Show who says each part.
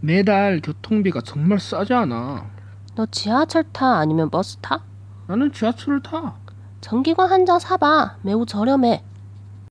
Speaker 1: 매달 교통비가 정말 싸지 않아.
Speaker 2: 너 지하철 타 아니면 버스 타?
Speaker 1: 나는 지하철을 타.
Speaker 2: 전기권 한 장 사봐. 매우 저렴해.